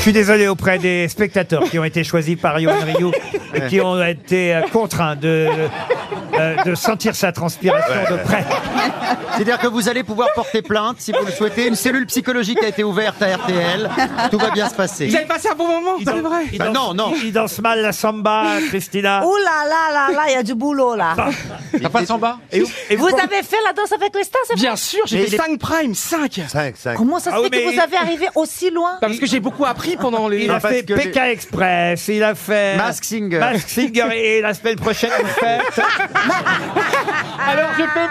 suis désolé auprès des spectateurs qui ont été choisis par Yoann Rioux et qui ont été euh, contraints de, euh, de sentir sa transpiration de près. C'est-à-dire que vous allez pouvoir porter plainte si vous le souhaitez. Une cellule psychologique a été ouverte à RTL. Tout va bien se passer. Vous avez passé un bon moment, Il c'est danse- vrai. il Bah danse- non, non. Il danse mal la samba, Christina. Ouh Oh là là là là, il y a du boulot là. T'as pas 100 bas Et, et Vous avez fait la danse avec les stars, c'est vrai Bien sûr, j'ai Mais fait il est- 5 primes, 5 5, 5. Comment ça se Ah oui, fait que mais- vous avez arrivé aussi loin Parce que j'ai beaucoup appris pendant les... Il a parce fait que les- PK Express, il a fait euh, Mask Singer. Mask Singer et la semaine prochaine vous faites. Alors j'ai fait...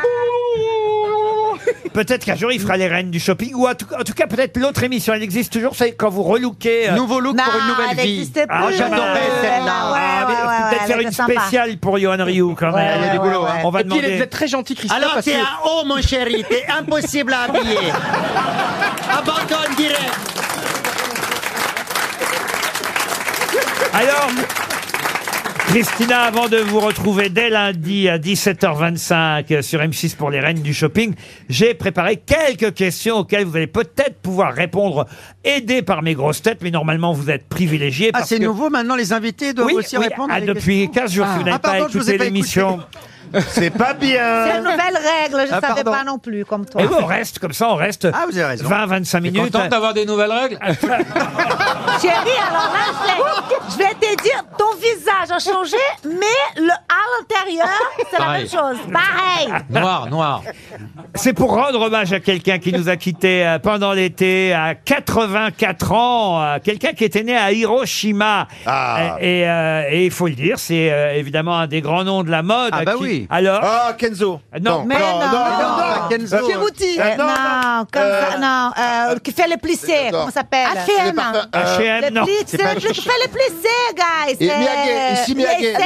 Peut-être qu'un jour il fera les reines du shopping ou en tout, en tout cas peut-être l'autre émission. Elle existe toujours, c'est quand vous relookez. euh, Nouveau look Non, pour une nouvelle elle vie. n'existait plus. Ah, j'adorais Ouais, celle-là. ouais, Ah, mais ouais, ouais, faut peut-être ouais, faire elle une était sympa. spéciale pour Johan Ryu quand même. Ouais, du ouais, boulot, ouais. hein. On va Et puis il est- vous demander. êtes très gentil, Christophe. Alors parce t'es que- un haut, mon chéri. T'es impossible à habiller. Abandonne direct. Alors, Christina, avant de vous retrouver dès lundi à 17h25 sur M6 pour les reines du shopping, j'ai préparé quelques questions auxquelles vous allez peut-être pouvoir répondre, aidé par mes grosses têtes, mais normalement vous êtes privilégiés. Ah, parce c'est que- nouveau maintenant, les invités doivent Oui, aussi oui, répondre. ah, à des depuis questions. 15 jours, si vous n'avez Ah, pas pardon, je vous écouté ai pas l'émission. écouté. C'est pas C'est bien. une nouvelle règle, je Ah, ne savais pardon. pas non plus, comme toi. Et Eh oui, on reste comme ça, on reste Ah, vous avez raison. 20-25 minutes. Content d'avoir des nouvelles règles Chérie, alors là, je vais, je vais te dire, ton visage a changé, mais le à l'intérieur, c'est la Pareil. même chose. Pareil. Noir, noir. C'est pour rendre hommage à quelqu'un qui nous a quittés euh, pendant l'été, à 84 ans, euh, quelqu'un qui était né à Hiroshima. Ah. Euh, Et euh, et il faut le dire, c'est euh, évidemment un des grands noms de la mode. Ah bah qui- oui. Alors, Ah, Kenzo. Non. Mais non, non. Ah, Kenzo. Pierrotti. Euh, non, non, comme euh, ça, non. euh, qui fait les plissés, comment ça s'appelle H&M. H&M, Le non. plissé, le- qui fait les plissés, guys. Euh, Et Miyagi, ici Miyagi. Loris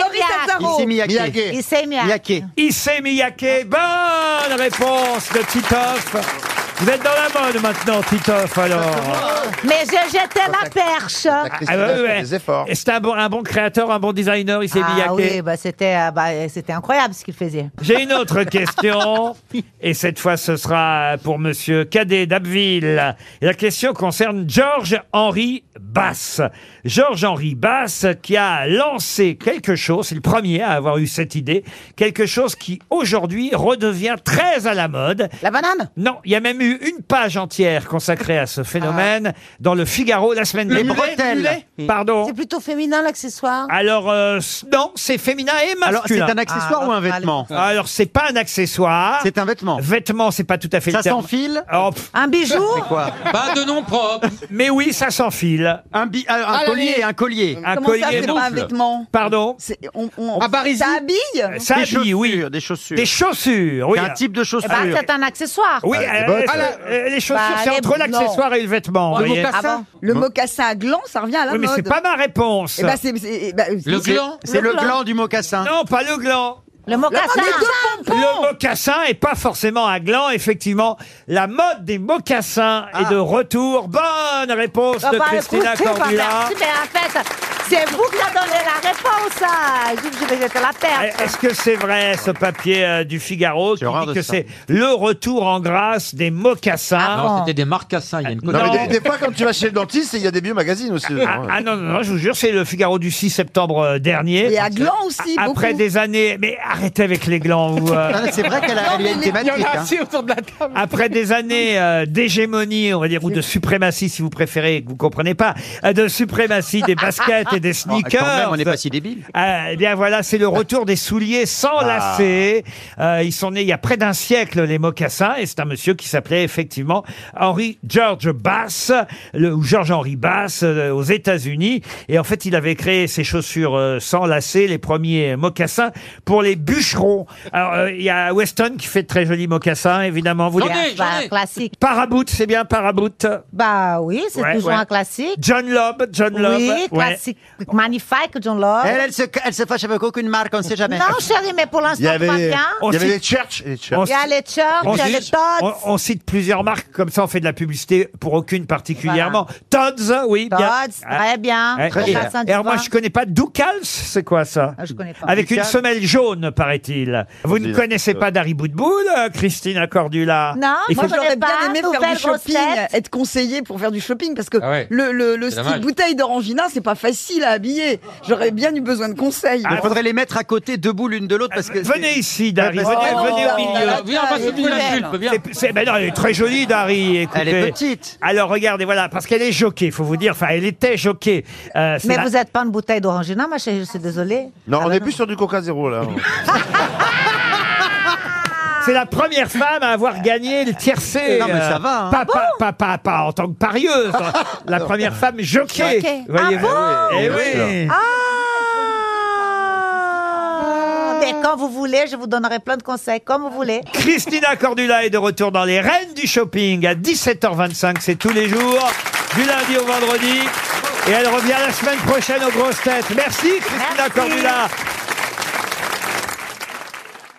Ici Miyake. Miyake. Issei Miyake. Miyake. Issey Miyake, bonne réponse de Titoff. Vous êtes dans la mode maintenant, Titoff, alors. bah Mais je jetais la perche. Christina Ah, ouais, fait ouais. des efforts. Et C'est un bon, un bon créateur, un bon designer, Issey Ah Miyake. oui, bah, c'était euh, bah, c'était incroyable ce qu'il faisait. J'ai une autre question, et cette fois ce sera pour Monsieur Cadet d'Abbeville. Et La question concerne Georges-Henri Bass. Georges-Henri Bass qui a lancé quelque chose, c'est le premier à avoir eu cette idée, quelque chose qui aujourd'hui redevient très à la mode. La banane Non, il y a même eu une page entière consacrée à ce phénomène Ah. dans le Figaro la semaine Les dernière. bretelles. Pardon. C'est plutôt féminin l'accessoire. Alors, euh, non, c'est féminin et masculin. Alors, c'est un accessoire Ah, ou un allez. vêtement Alors, c'est pas un accessoire. C'est un vêtement. Vêtements, c'est pas tout à fait Ça le terme. s'enfile Oh, pff, Un bijou Quoi Pas de nom propre. mais oui, ça s'enfile. Un, bi- un collier, un collier. Un Comment ça, collier c'est pas un boucle. vêtement Pardon C'est- on, on, Ah, Barisi. Ça habille Ça des habille, chaussures, oui. des chaussures. Des chaussures, oui. Un type de chaussures. Eh ben, C'est un accessoire. Oui, Ah, des euh, bottes. euh, euh, les chaussures, Bah, c'est les entre bottes, l'accessoire et le vêtement. vous Le voyez. Ah mocassin. Avant. Le mocassin à gland, ça revient à la Hein Oui, mais mode. c'est pas ma réponse. Eh ben, c'est- c'est- eh ben, Le c'est- gland. C'est le gland. gland du mocassin. Non, pas le gland. Le mocassin. Les deux pompons. Le mocassin est pas forcément un gland, effectivement. La mode des mocassins Ah. est de retour. Bonne réponse Ah de bah, Christina écoutez, bah, Cordula. merci, mais en fait, c'est vous qui avez donné la réponse. ah. Je je vais jeter la perche. Eh, Est-ce que c'est vrai ce papier euh, du Figaro qui J'ai horreur dit de que ça. c'est le retour en grâce des mocassins Ah Non, c'était des marcassins. Il y a une Ah. Non, couleur. mais des fois, quand tu vas chez le dentiste, il y a des biomagazines aussi. Ah, ah non, non, non, je vous jure, c'est le Figaro du 6 septembre euh, dernier. Et à gland aussi, A- Après beaucoup. des années, mais arrêtez avec les glands. vous, euh, Ah, C'est vrai qu'elle a, elle y a une Il y en thématique. a hein. assez autour de la table. après des années euh, d'hégémonie, on va dire, ou de suprématie, si vous préférez, que vous comprenez pas, euh, de suprématie des baskets et des Bon, sneakers. Quand même, on n'est pas si débile. Ah, eh bien voilà, c'est le retour des souliers sans lacets. Euh, ils sont nés il y a près d'un siècle, les mocassins, et c'est un monsieur qui s'appelait effectivement Henry George Bass, le, ou George-Henry Bass, euh, aux États-Unis. Et en fait, il avait créé ces chaussures euh, sans lacets, les premiers mocassins, pour les bûcherons. Alors, euh, il y a Weston qui fait de très jolis mocassins, évidemment. Vous J'en les- ai, j'en Bah, ai. classique. Paraboot, c'est bien, Paraboot. Bah oui, c'est Ouais, toujours ouais. un classique. John Lobb, John Lobb. Oui, ouais. classique Magnifique, John Lord. Elle, elle se, elle se fâche avec aucune marque, on ne sait jamais. Ah Non, chérie, mais pour l'instant, Il y avait, tout va il y bien. On avait cite- les church. Les church. ah, on Il y a cite- les Church, on il y a les cite- on- Tots. on cite plusieurs marques, comme ça on fait de la publicité pour aucune particulièrement. Todds, oui, bien. Tots, Ah, très bien. ouais. Très Et, bien. et alors moi je connais pas Ducals, c'est quoi ça Ah, je connais pas. Avec une Ducals. semelle jaune, paraît-il. Vous ne Dis-le. connaissez pas Dari Boudboul, euh, Christina Cordula Non, Il moi, faut- je J'aurais connais pas. bien aimé faire Nouvelle du shopping, recette. être conseillé pour faire du shopping, parce que Ah ouais. le, le, le C'est stick dommage. bouteille d'orangina, c'est pas facile à habiller. J'aurais bien eu besoin de conseils. Il faudrait les mettre à côté, debout l'une de l'autre, parce que. Euh, Venez c'est- ici, Dari. Ouais, Venez, parce que- venez au Oh, milieu. Alors, Viens, on va se trouver la jupe. Viens. Ah, C'est- c'est- ben non, elle est très jolie, Dari. Écoutez. Elle est petite. Alors regardez, voilà, parce qu'elle est jockey, faut vous dire. Enfin, elle était jockey. Euh, c'est Mais la- vous n'êtes pas une bouteille d'orangina, ma chérie, je suis désolée. Non, ah, on est plus sur du coca zéro là. C'est la première femme à avoir gagné le tiercé. Non, mais ça Euh, va, hein. Pas, Ah pas, pas, pas- pas en tant que parieuse. la première femme jockey. Jockey. Voyez-vous. Ah Eh bon oui. Ah Mais quand vous voulez, je vous donnerai plein de conseils, comme vous voulez. Christina Cordula est de retour dans les Reines du Shopping à 17h25. C'est tous les jours, du lundi au vendredi. Et elle revient la semaine prochaine aux grosses têtes. Merci Christina Merci. Cordula.